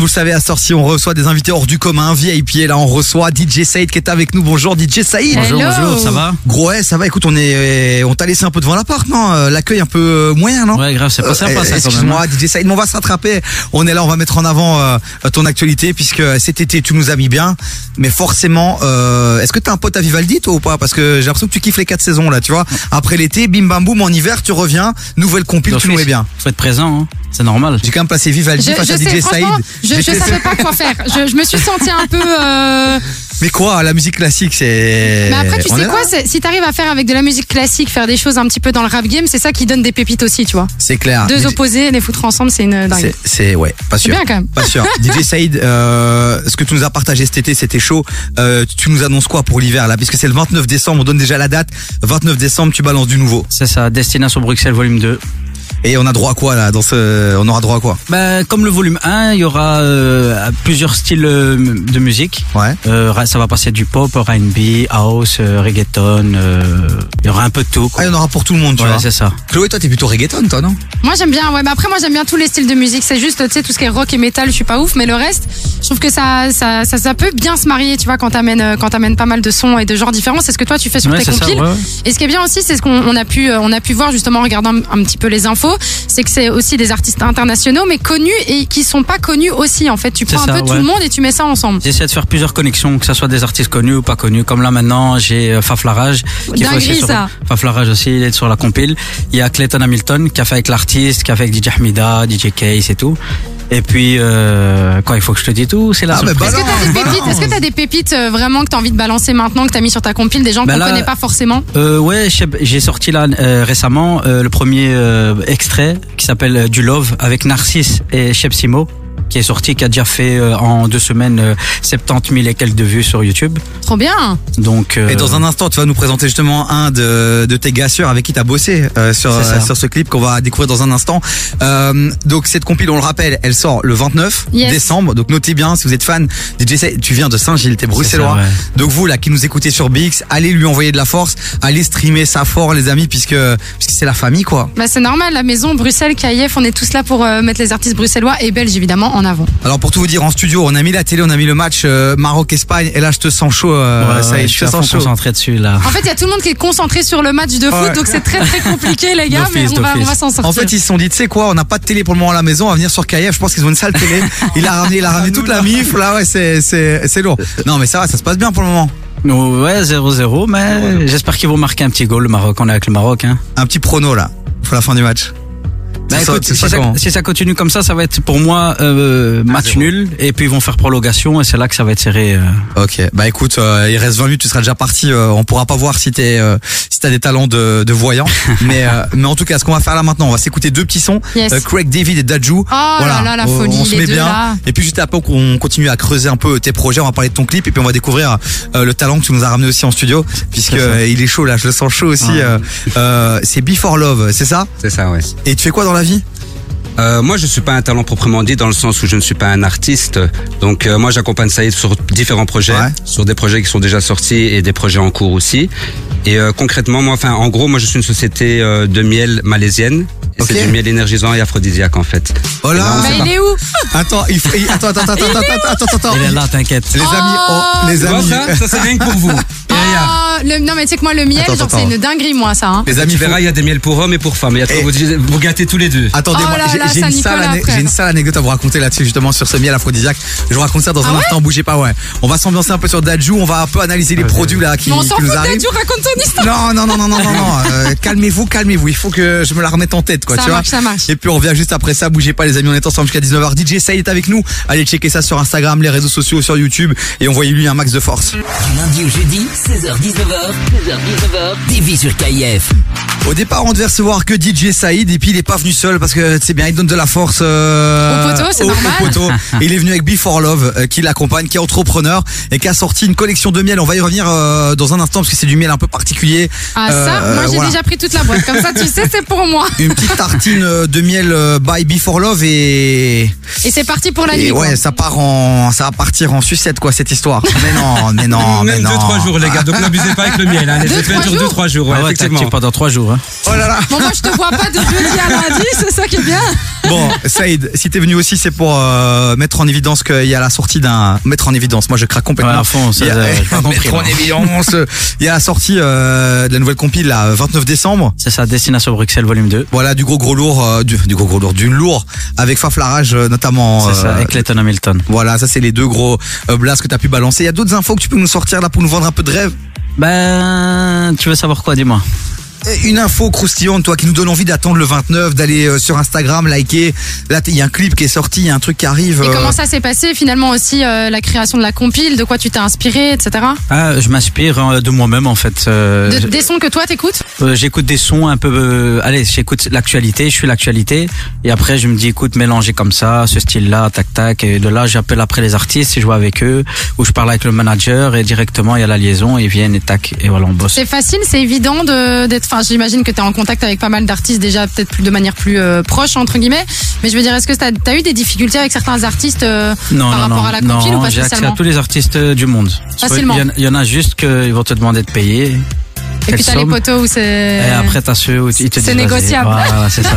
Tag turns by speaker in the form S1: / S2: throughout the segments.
S1: vous le savez, à Sorcy, on reçoit des invités hors du commun, VIP. Et là, on reçoit DJ Saïd qui est avec nous. Bonjour, DJ Saïd.
S2: Bonjour,
S3: Hello.
S2: bonjour, ça va
S1: Gros, ouais, ça va. Écoute, on est, on t'a laissé un peu devant l'appart, non Euh, L'accueil un peu euh, moyen, non
S2: Ouais, grave, c'est pas sympa
S1: Euh,
S2: ça quand même. hein.
S1: Excuse-moi, DJ Saïd, mais on va se rattraper. On est là, on va mettre en avant euh, ton actualité puisque cet été tu nous as mis bien. Mais forcément, euh, est-ce que t'as un pote à Vivaldi toi ou pas Parce que j'ai l'impression que tu kiffes les quatre saisons là, tu vois. Après l'été, bim bam boum, en hiver tu reviens, nouvelle compile, tu nous es bien.
S2: Faut être présent, hein. c'est normal.
S1: J'ai quand même placé Vivaldi
S3: Je,
S1: face
S3: je
S1: à
S3: sais,
S1: DJ Saïd.
S3: franchement, je, je
S1: J'étais-
S3: savais pas quoi faire. Je, je me suis sentie un peu. euh,
S1: Mais quoi, la musique classique, c'est.
S3: Mais après, tu
S1: On est
S3: sais
S1: là.
S3: quoi c'est- Si t'arrives à faire avec de la musique classique, faire des choses un petit peu dans le rap game, c'est ça qui donne des pépites aussi, tu vois.
S1: C'est clair.
S3: Deux
S1: DJ
S3: opposés, les foutre ensemble, c'est une dingue.
S1: Ah, C'est- C'est ouais, pas
S3: C'est
S1: sûr.
S3: bien quand même.
S1: Pas sûr. DJ Saïd, euh, ce que tu nous as partagé cet été, c'était chaud. Euh, tu nous annonces quoi pour l'hiver là Puisque c'est le 29 décembre, on donne déjà la date. 29 décembre, tu balances du nouveau.
S2: C'est ça, Destination Bruxelles volume 2.
S1: Et on a droit à quoi là dans ce... On aura droit à quoi
S2: Bah, comme le volume 1, il y aura euh, plusieurs styles euh, de musique.
S1: Ouais.
S2: Euh, ra- ça va passer du pop, R&B, house, euh, reggaeton. euh, Il y aura un peu de tout. quoi.
S1: Ah, il y en aura pour tout le monde, tu
S2: voilà,
S1: vois.
S2: c'est ça.
S1: Chloé, toi, t'es plutôt reggaeton, toi, non
S3: Moi j'aime bien, ouais, mais après moi j'aime bien tous les styles de musique. C'est juste, tu sais, tout ce qui est rock et métal, je suis pas ouf, mais le reste, je trouve que ça, ça, ça, ça peut bien se marier, tu vois, quand t'amènes, euh, quand t'amènes pas mal de sons et de genres différents. C'est ce que toi tu fais sur
S2: Ouais,
S3: tes
S2: c'est ça.
S3: compiles.
S2: ouais.
S3: Et ce qui est bien aussi, c'est ce qu'on on a pu, euh, on a pu voir justement en regardant un, un petit peu les infos, c'est que c'est aussi des artistes internationaux, mais connus et qui sont pas connus aussi. En fait, tu
S2: C'est
S3: prends un
S2: ça,
S3: peu tout
S2: ouais.
S3: le monde et tu mets ça ensemble.
S2: J'essaie de faire plusieurs connexions, que ce soit des artistes connus ou pas connus. Comme là maintenant, j'ai euh, Faflarage qui est
S3: Dinguerie,
S2: aussi sur
S3: ça.
S2: Faflarage aussi, il est sur la compile. Il y a Clayton Hamilton qui a fait avec l'artiste, qui a fait avec DJ Hamida, DJ Case et tout. Et puis euh, quoi, il faut que je te dise tout, c'est la
S1: Ah, mais
S2: surprise.
S3: Est-ce que
S1: Balance,
S3: t'as des pépites,
S1: balance.
S3: est-ce que t'as des pépites euh, vraiment que t'as envie de balancer maintenant, que t'as mis sur ta compile, des gens
S2: Bah
S3: qu'on
S2: là-
S3: connaît pas forcément
S2: Euh, ouais, j'ai- j'ai sorti là euh, récemment euh, le premier euh, extrait qui s'appelle euh, Du Love avec Narcisse et Shep Simo qui est sorti, qui a déjà fait euh, en deux semaines euh, 70 000 et quelques de vues sur YouTube.
S3: Trop bien.
S2: Donc euh,
S1: Et dans un instant, tu vas nous présenter justement un de, de tes gars sûrs avec qui t'as bossé euh, sur,
S2: C'est ça.
S1: euh, sur ce clip qu'on va découvrir dans un instant. Euh, donc cette compile, on le rappelle, elle sort le 29
S3: Yes.
S1: décembre. Donc notez bien si vous êtes fan. DJ, Sa- tu viens de Saint-Gilles, t'es bruxellois.
S2: ouais.
S1: Donc vous là qui nous écoutez sur Bix, allez lui envoyer de la force, allez streamer ça fort les amis puisque puisque c'est la famille quoi.
S3: Bah c'est normal, la maison, Bruxelles, Kaïef, on est tous là pour euh, mettre les artistes bruxellois et belges évidemment en avant.
S1: Alors pour tout vous dire en studio, on a mis la télé, on a mis le match euh, Maroc Espagne et là je te sens chaud euh,
S2: Ouais,
S1: ça y est,
S2: ouais,
S1: je
S2: je suis
S1: te
S2: à fond
S1: sens chaud.
S2: concentré dessus là.
S3: En fait, il y a tout le monde qui est concentré sur le match de foot,
S1: Ouais.
S3: donc c'est très très compliqué les gars, mais
S2: D'office,
S3: on va, on
S2: d'office.
S3: va s'en sortir.
S1: En fait, ils se sont dit, tu sais quoi, on n'a pas de télé pour le moment à la maison, on va venir sur KF, je pense qu'ils ont une salle télé. Il a ramené, il a ramené toute la mif, là, ouais, c'est, c'est, c'est lourd. Non, mais ça va, ça se passe bien pour le moment.
S2: Nous, Ouais, 0-0, mais j'espère qu'ils vont marquer un petit goal, le Maroc. On est avec le Maroc. Hein.
S1: Un petit prono, là, pour la fin du match.
S2: Bah,
S1: Tu sens-
S2: écoute,
S1: tu
S2: si
S1: sens
S2: ça,
S1: comment
S2: si ça continue comme ça, ça va être pour moi euh, match
S1: 1-0.
S2: nul. Et puis ils vont faire prolongation et c'est là que ça va être serré. euh.
S1: Ok, bah écoute, euh, il reste 20 minutes, tu seras déjà parti. euh, on pourra pas voir si t'es, euh, si t'as des talents de, de voyant. mais, euh, mais en tout cas, ce qu'on va faire là maintenant, on va s'écouter deux petits sons.
S3: Yes.
S1: Euh, Craig David et Dajou.
S3: Oh là là, la
S1: on-
S3: folie,
S1: on se
S3: les
S1: met
S3: deux
S1: bien.
S3: là.
S1: Et puis juste après, on continue à creuser un peu tes projets. On va parler de ton clip et puis on va découvrir euh, le talent que tu nous as ramené aussi en studio, puisque
S2: ça.
S1: euh, il est chaud là. Je le sens chaud aussi.
S2: Ouais.
S1: euh, euh, c'est Before Love, c'est ça
S4: C'est ça, ouais.
S1: Et tu fais quoi dans la vie
S4: Euh, moi, je suis pas un talent proprement dit dans le sens où je ne suis pas un artiste. Donc, euh, moi, j'accompagne Saïd sur différents projets,
S1: Ouais.
S4: sur des projets qui sont déjà sortis et des projets en cours aussi. Et euh, concrètement, moi, enfin, en gros, moi, je suis une société euh, de miel malaisienne. Et
S1: Ok.
S4: C'est du miel énergisant et aphrodisiaque, en fait.
S1: Oh là
S4: Ah,
S3: Bah,
S4: c'est
S3: il est où
S1: Attends, il faut- il- attends, attends, attends, attends, attends, attends, attends.
S2: Il est là, t'inquiète.
S1: Les amis, oh, les
S4: Tu vois
S1: amis,
S4: ça, ça c'est rien que pour vous. Et regarde,
S3: Ah, le- Non mais tu sais que moi le miel,
S1: Attends,
S3: genre
S1: attends,
S3: c'est une dinguerie moi ça. hein.
S1: les amis.
S4: tu
S1: faut-
S4: verras, il y a des miels pour hommes et pour femmes. Il y a
S1: Et-
S4: trop- vous, vous gâtez tous les deux.
S1: Attendez,
S3: Oh
S1: moi,
S3: là
S1: j'ai-
S3: là,
S1: j'ai une, sale
S3: Saint-Nicolas
S1: ané-
S3: après.
S1: j'ai une sale anecdote à vous raconter là-dessus, justement, sur ce miel aphrodisiaque. Je vous raconte ça dans
S3: Ah
S1: un instant, bougez pas, ouais. On va s'ambiancer un peu sur Dajou, on va un peu analyser les produits là qui,
S3: Mais on
S1: qui
S3: s'en fout
S1: nous arrivent.
S3: d'être dur, raconte ton
S1: Non,
S3: histoire.
S1: non, non, non, non, non, non. Euh, calmez-vous, calmez-vous. Il faut que je me la remette en tête, quoi.
S3: Ça
S1: tu
S3: marche,
S1: vois.
S3: ça marche.
S1: Et puis on revient juste après ça. Bougez pas, les amis. On est ensemble jusqu'à 19h. DJ Saïd est avec nous. Allez checker ça sur Instagram, les réseaux sociaux, sur YouTube. Et envoyez-lui un max de force.
S5: Du lundi au jeudi, 16h19h, 16h19h, TV sur KIF.
S1: Au départ, on devait recevoir que DJ Saïd. Et puis il est pas venu seul parce que c'est bien, il donne de la force. euh,
S3: Au poteau, c'est
S1: au-
S3: normal.
S1: au poteau. Et il est venu avec Before Love, euh, qui l'accompagne, qui est entrepreneur et qui a sorti une collection de miel. On va y revenir euh, dans un instant parce que c'est du miel un peu particulier.
S3: Ah ça,
S1: Euh,
S3: moi j'ai
S1: voilà.
S3: déjà pris toute la boîte. Comme ça, tu sais, c'est pour moi.
S1: Une petite tartine euh, de miel euh, by Before Love et
S3: Et c'est parti pour la
S1: Et
S3: nuit. quoi.
S1: ouais, ça part en, ça va partir en sucette quoi cette histoire. Mais non, mais non, mais
S4: Même
S1: non. Ah.
S4: deux, trois jours, les gars. Donc, n'abusez pas pas avec le miel. Hein. Les
S3: Deux,
S4: effets
S3: trois
S4: durent
S3: jours.
S4: 2-3 jours, ouais,
S2: Ah ouais,
S4: effectivement.
S2: t'actives pendant trois jours. hein.
S1: Oh là là.
S3: Bon, moi, je te vois pas de jeudi à lundi, c'est ça qui est bien.
S1: Bon, Saïd, si t'es venu aussi, c'est pour euh, mettre en évidence qu'il y a la sortie d'un. Mettre en évidence, moi je craque complètement.
S2: Ouais, à fond, ça,
S1: Il y a-
S2: euh, j'ai pas compris,
S1: Mettre en
S2: moi.
S1: évidence. Il y a la sortie euh, de la nouvelle compile, là, 29 décembre.
S2: C'est ça, Destination Bruxelles, volume 2.
S1: Voilà, du gros gros lourd, euh, du, du gros gros lourd, du lourd, avec Faf Larage euh, notamment.
S2: C'est ça,
S1: euh,
S2: avec Clayton Hamilton.
S1: voilà, ça c'est les deux gros euh, blasts que t'as pu balancer. Il y a d'autres infos que tu peux nous sortir là pour nous vendre un peu de rêve.
S2: Ben, tu veux savoir quoi, dis-moi
S1: Et Une info croustillante, toi, qui nous donne envie d'attendre le 29, d'aller euh, sur Instagram, liker. Là, t- il y a un clip qui est sorti, il y a un truc qui arrive.
S3: Et
S1: euh,
S3: comment ça s'est passé finalement aussi euh, la création de la compile, de quoi tu t'es inspiré, etc.
S2: Ah, je m'inspire euh, de moi-même en fait. Euh,
S3: De- des sons que toi t'écoutes
S2: euh, j'écoute des sons un peu. euh, allez, j'écoute l'actualité, je suis l'actualité, et après je me dis, écoute, mélanger comme ça, ce style-là, tac tac, et de là j'appelle après les artistes, et je vois avec eux, ou je parle avec le manager, et directement il y a la liaison, ils viennent et tac, et voilà on bosse.
S3: C'est facile, c'est évident de- d'être. Enfin, j'imagine que t'es en contact avec pas mal d'artistes déjà, peut-être plus de manière plus euh, proche entre guillemets. Mais je veux dire, est-ce que t'as as eu des difficultés avec certains artistes euh,
S2: Non,
S3: par
S2: non,
S3: rapport
S2: non,
S3: à la compile
S2: non,
S3: ou pas
S2: j'ai accès à
S3: spécialement
S2: tous les artistes euh, du monde.
S3: Facilement.
S2: Il y en- il y, en a juste qu'ils vont te demander de payer.
S3: Et puis
S2: quelle
S3: t'as les
S2: somme,
S3: poteaux où c'est.
S2: Et
S1: Eh,
S2: après t'as ceux où ils te disent.
S3: C'est
S2: vas-y.
S3: négociable.
S2: Ouais, ouais, c'est ça.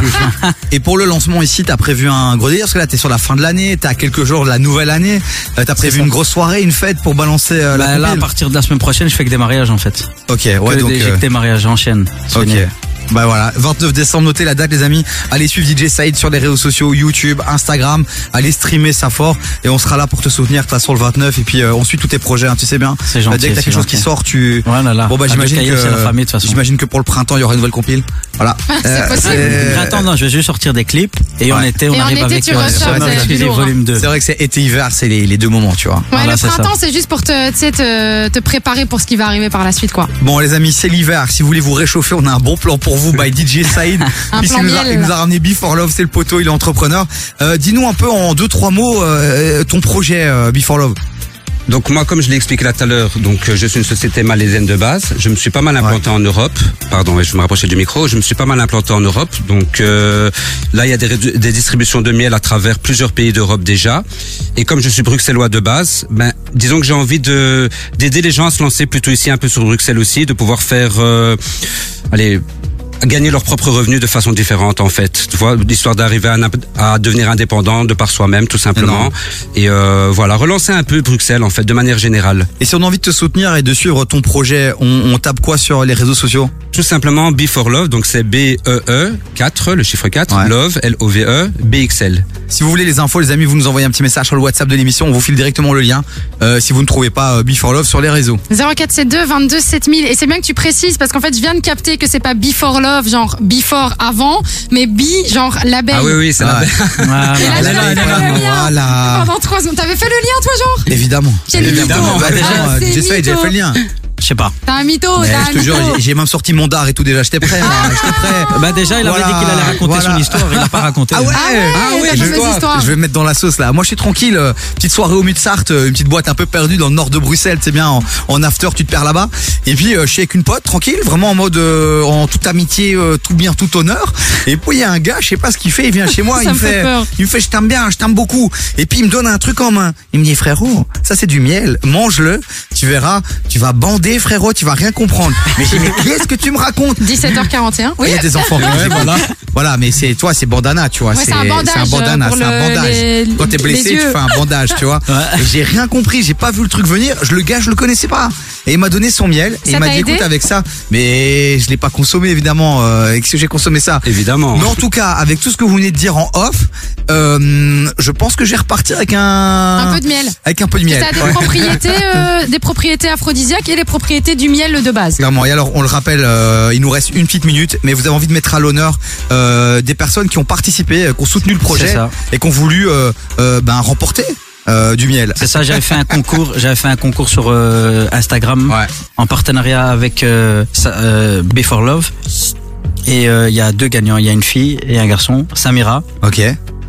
S1: Et pour le lancement ici, t'as prévu un gros délire parce que là t'es sur la fin de l'année, t'as quelques jours de la nouvelle année, euh, t'as prévu
S2: ça.
S1: une grosse soirée, une fête pour balancer euh,
S2: Bah,
S1: la
S2: là, à
S1: compile.
S2: partir de la semaine prochaine, je fais que des mariages en fait.
S1: Ok, ouais
S2: que
S1: donc.
S2: des, j'ai
S1: euh,
S2: que des mariages en chaîne.
S1: ok.
S2: Sonia.
S1: Bah voilà, 29 décembre, notez la date les amis. Allez suivre DJ Saïd sur les réseaux sociaux, YouTube, Instagram. Allez streamer ça fort et on sera là pour te soutenir. T'as sur le 29 et puis euh, on suit tous tes projets, hein, tu sais bien.
S2: C'est
S1: Bah,
S2: gentil,
S1: Dès que t'as
S2: c'est
S1: quelque chose qui
S2: gentil.
S1: sort, tu.
S2: Voilà, là.
S1: Bon bah
S2: Ah,
S1: j'imagine
S2: le
S1: que
S2: cahier, c'est la famille, de toute façon. Ah,
S1: j'imagine que pour le printemps il y aura une nouvelle compile. Voilà. Euh,
S3: C'est possible.
S1: c'est-
S2: Attends, non, je vais juste sortir des clips et on
S1: Ouais.
S2: était, on
S3: Et en
S2: arrive
S3: été,
S2: avec
S3: tu ressors,
S2: Summer
S1: c'est
S2: Exclusive
S3: du lourd, hein.
S2: Volume 2.
S1: C'est vrai que c'est été-hiver, c'est les, les deux moments, tu vois.
S3: Ouais,
S2: Voilà,
S3: le
S2: c'est ça.
S3: printemps, c'est juste pour te, tu sais, te, te préparer pour ce qui va arriver par la suite, quoi.
S1: Bon les amis, c'est l'hiver. Si vous voulez vous réchauffer, on a un bon plan pour vous by DJ Saïd.
S3: Un
S1: Puisqu'il
S3: plan
S1: nous, a-
S3: miel.
S1: il nous a ramené Before Love, c'est le poteau, il est entrepreneur. Euh, Dis-nous un peu en deux trois mots euh, ton projet euh, Before Love.
S4: Donc moi, comme je l'ai expliqué là tout à l'heure, donc euh, je suis une société malaisienne de base. Je me suis pas mal implanté en Europe. Pardon, je me rapprochais du micro. Je me suis pas mal implanté en Europe. Donc euh, là, il y a des, rédu- des distributions de miel à travers plusieurs pays d'Europe déjà. Et comme je suis bruxellois de base, ben disons que j'ai envie de d'aider les gens à se lancer plutôt ici, un peu sur Bruxelles aussi, de pouvoir faire, euh, allez gagner leurs propres revenus de façon différente en fait tu vois l'histoire d'arriver à, un imp- à devenir indépendant de par soi-même tout simplement et euh, voilà relancer un peu Bruxelles en fait de manière générale
S1: Et si on a envie de te soutenir et de suivre ton projet, on, on tape quoi sur les réseaux sociaux
S4: tout simplement Before Love donc c'est B E E 4 le chiffre 4
S1: Ouais.
S4: Love L O V E B X L
S1: Si vous voulez les infos, les amis, vous nous envoyez un petit message sur le WhatsApp de l'émission, on vous file directement le lien. euh, si vous ne trouvez pas euh, Before Love sur les réseaux.
S3: 0472 22 7000 et c'est bien que tu précises parce qu'en fait je viens de capter que c'est pas before love genre before avant mais bi genre l'abeille.
S4: ah oui oui c'est la
S1: Ouais.
S4: belle
S2: Voilà.
S1: Là,
S3: Ah, je
S1: là,
S3: vais
S1: il
S3: faire
S1: va-
S3: le lien.
S1: voilà.
S3: Pendant trois secondes, t'avais fait le lien toi genre
S1: Évidemment.
S3: Quel mytho.
S1: Bah, déjà,
S3: Ah,
S1: euh,
S3: c'est
S1: DJ Saïd, j'ai
S3: mytho.
S1: fait le lien.
S2: Je sais pas.
S3: T'as un mytho,
S1: Mais
S3: t'as un
S1: je te jure,
S3: mytho. Ah.
S1: j'ai- j'ai même sorti mon dard et tout déjà, j'étais prêt. là, J'étais prêt.
S2: Bah, déjà, il avait
S1: Voilà,
S2: dit qu'il allait raconter
S1: voilà.
S2: son histoire, il l'a pas raconté.
S1: Ah ouais,
S3: Ah ouais, t'as
S1: je,
S3: fait cette histoire.
S1: je vais me mettre dans la sauce là. Moi je suis tranquille, euh, petite soirée au Mutsart, une petite boîte un peu perdue dans le nord de Bruxelles, c'est bien en, en after tu te perds là-bas. Et puis euh, je suis avec une pote tranquille, vraiment en mode euh, en toute amitié, euh, tout bien, tout honneur. Et puis il y a un gars, je sais pas ce qu'il fait, il vient chez moi,
S3: Ça
S1: il me
S3: me fait
S1: fait,
S3: peur.
S1: il me fait je t'aime bien, je t'aime beaucoup. Et puis il me donne un truc en main. Il me dit frérot, ça c'est du miel, mange-le, tu verras, tu vas bander frérot, tu vas rien comprendre. Mais je dis, mais qu'est-ce que tu me racontes
S3: 17h41. Oui.
S1: il y a des enfants. Ouais, voilà. voilà, mais c'est toi, c'est bandana, tu vois.
S3: Ouais, c'est un bandage,
S1: C'est un bandana.
S3: euh, pour
S1: c'est un
S3: le-
S1: bandage.
S3: les-
S1: Quand t'es blessé,
S3: les
S1: tu
S3: yeux.
S1: fais un bandage, tu vois.
S2: Ouais.
S1: Et J'ai rien compris, j'ai pas vu le truc venir. Je le gars, je le connaissais pas. Et il m'a donné son miel. Et
S3: Ça
S1: il m'a
S3: t'a
S1: dit,
S3: aidé
S1: écoute, avec ça. Mais je l'ai pas consommé, évidemment. Euh, et que j'ai consommé ça.
S2: hein.
S4: évidemment
S1: Mais en tout cas, avec tout ce que vous venez de dire en off, euh, je pense que je vais repartir avec un.
S3: Un peu de miel.
S1: Avec un peu de miel.
S3: T'as des
S1: Ouais.
S3: propriétés, euh, des propriétés aphrodisiaques et les propriétés du miel de base.
S1: Clairement. Et alors, on le rappelle, euh, il nous reste une petite minute, mais vous avez envie de mettre à l'honneur euh, des personnes qui ont participé, euh, qui ont soutenu le
S2: C'est
S1: projet
S2: ça.
S1: et qui ont voulu euh, euh, ben, remporter euh, du miel.
S2: C'est ça, j'avais fait un concours, j'avais fait un concours sur euh, Instagram
S1: Ouais.
S2: en partenariat avec euh, sa- euh, Before Love. Et euh, il y a deux gagnants, il y a une fille et un garçon, Samira
S1: Ok.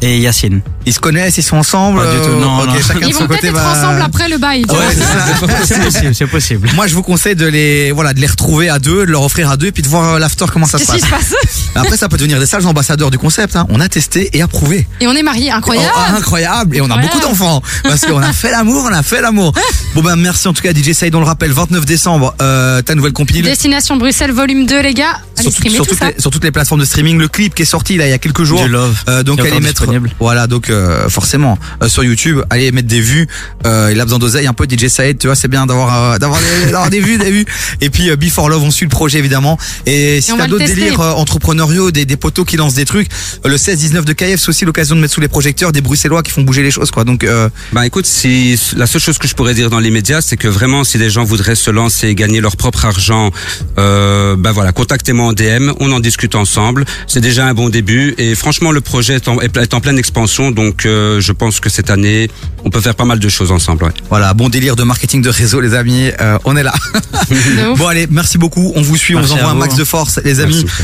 S2: et Yacine.
S1: Ils se connaissent, ils sont ensemble. euh,
S2: Pas du tout, non,
S1: ok,
S2: non.
S1: chacun de
S3: Ils
S1: son
S3: vont peut-être
S1: côté
S3: être
S1: va-
S3: ensemble après le bail. tu vois.
S1: Ouais, c'est ça.
S2: C'est possible, c'est possible.
S1: Moi, je vous conseille de les, voilà, de les retrouver à deux, de leur offrir à deux, puis de voir euh, l'after comment ça se
S3: Qu'est-ce qui
S1: passe.
S3: se passe
S1: Après, ça peut devenir des sages ambassadeurs du concept. hein. On a testé et approuvé.
S3: Et on est mariés, incroyable.
S1: Oh, incroyable Et on a
S3: Incroyable.
S1: beaucoup d'enfants Parce qu'on a fait l'amour, on a fait l'amour Bon ben merci en tout cas DJ Saïd, on le rappelle, 29 décembre, euh, ta nouvelle compile
S3: Destination Bruxelles volume 2 les gars. Allez streamer tout
S1: toutes
S3: ça.
S1: les, sur toutes les plateformes de streaming, le clip qui est sorti là il y a quelques jours.
S2: Du love.
S1: Euh, donc
S2: Qui est
S1: allez
S2: encore
S1: mettre
S2: disponible.
S1: voilà donc euh, forcément euh, sur YouTube allez mettre des vues euh, il a besoin d'oseille un peu DJ Saïd tu vois c'est bien d'avoir euh, d'avoir des, d'avoir des vues des vues et puis euh, Before Love on suit le projet évidemment et si
S3: Et on
S1: t'as
S3: va le
S1: d'autres
S3: tester.
S1: délires euh, entrepreneuriaux des, des poteaux qui lancent des trucs euh, le 16-19 de KF c'est aussi l'occasion de mettre sous les projecteurs des bruxellois qui font bouger les choses quoi donc euh,
S4: Ben écoute, si la seule chose que je pourrais dire dans les médias, c'est que vraiment, si des gens voudraient se lancer et gagner leur propre argent, euh, ben voilà, contactez-moi en DM, on en discute ensemble. C'est déjà un bon début et franchement, le projet est en, est en pleine expansion, donc euh, je pense que cette année, on peut faire pas mal de choses ensemble. ouais.
S1: voilà bon délire de marketing de réseau les amis euh, on est là
S3: De ouf.
S1: bon allez merci beaucoup on vous suit
S2: Merci
S1: on vous envoie
S2: à
S1: un
S2: vous,
S1: max
S2: hein.
S1: de force les amis
S4: Merci.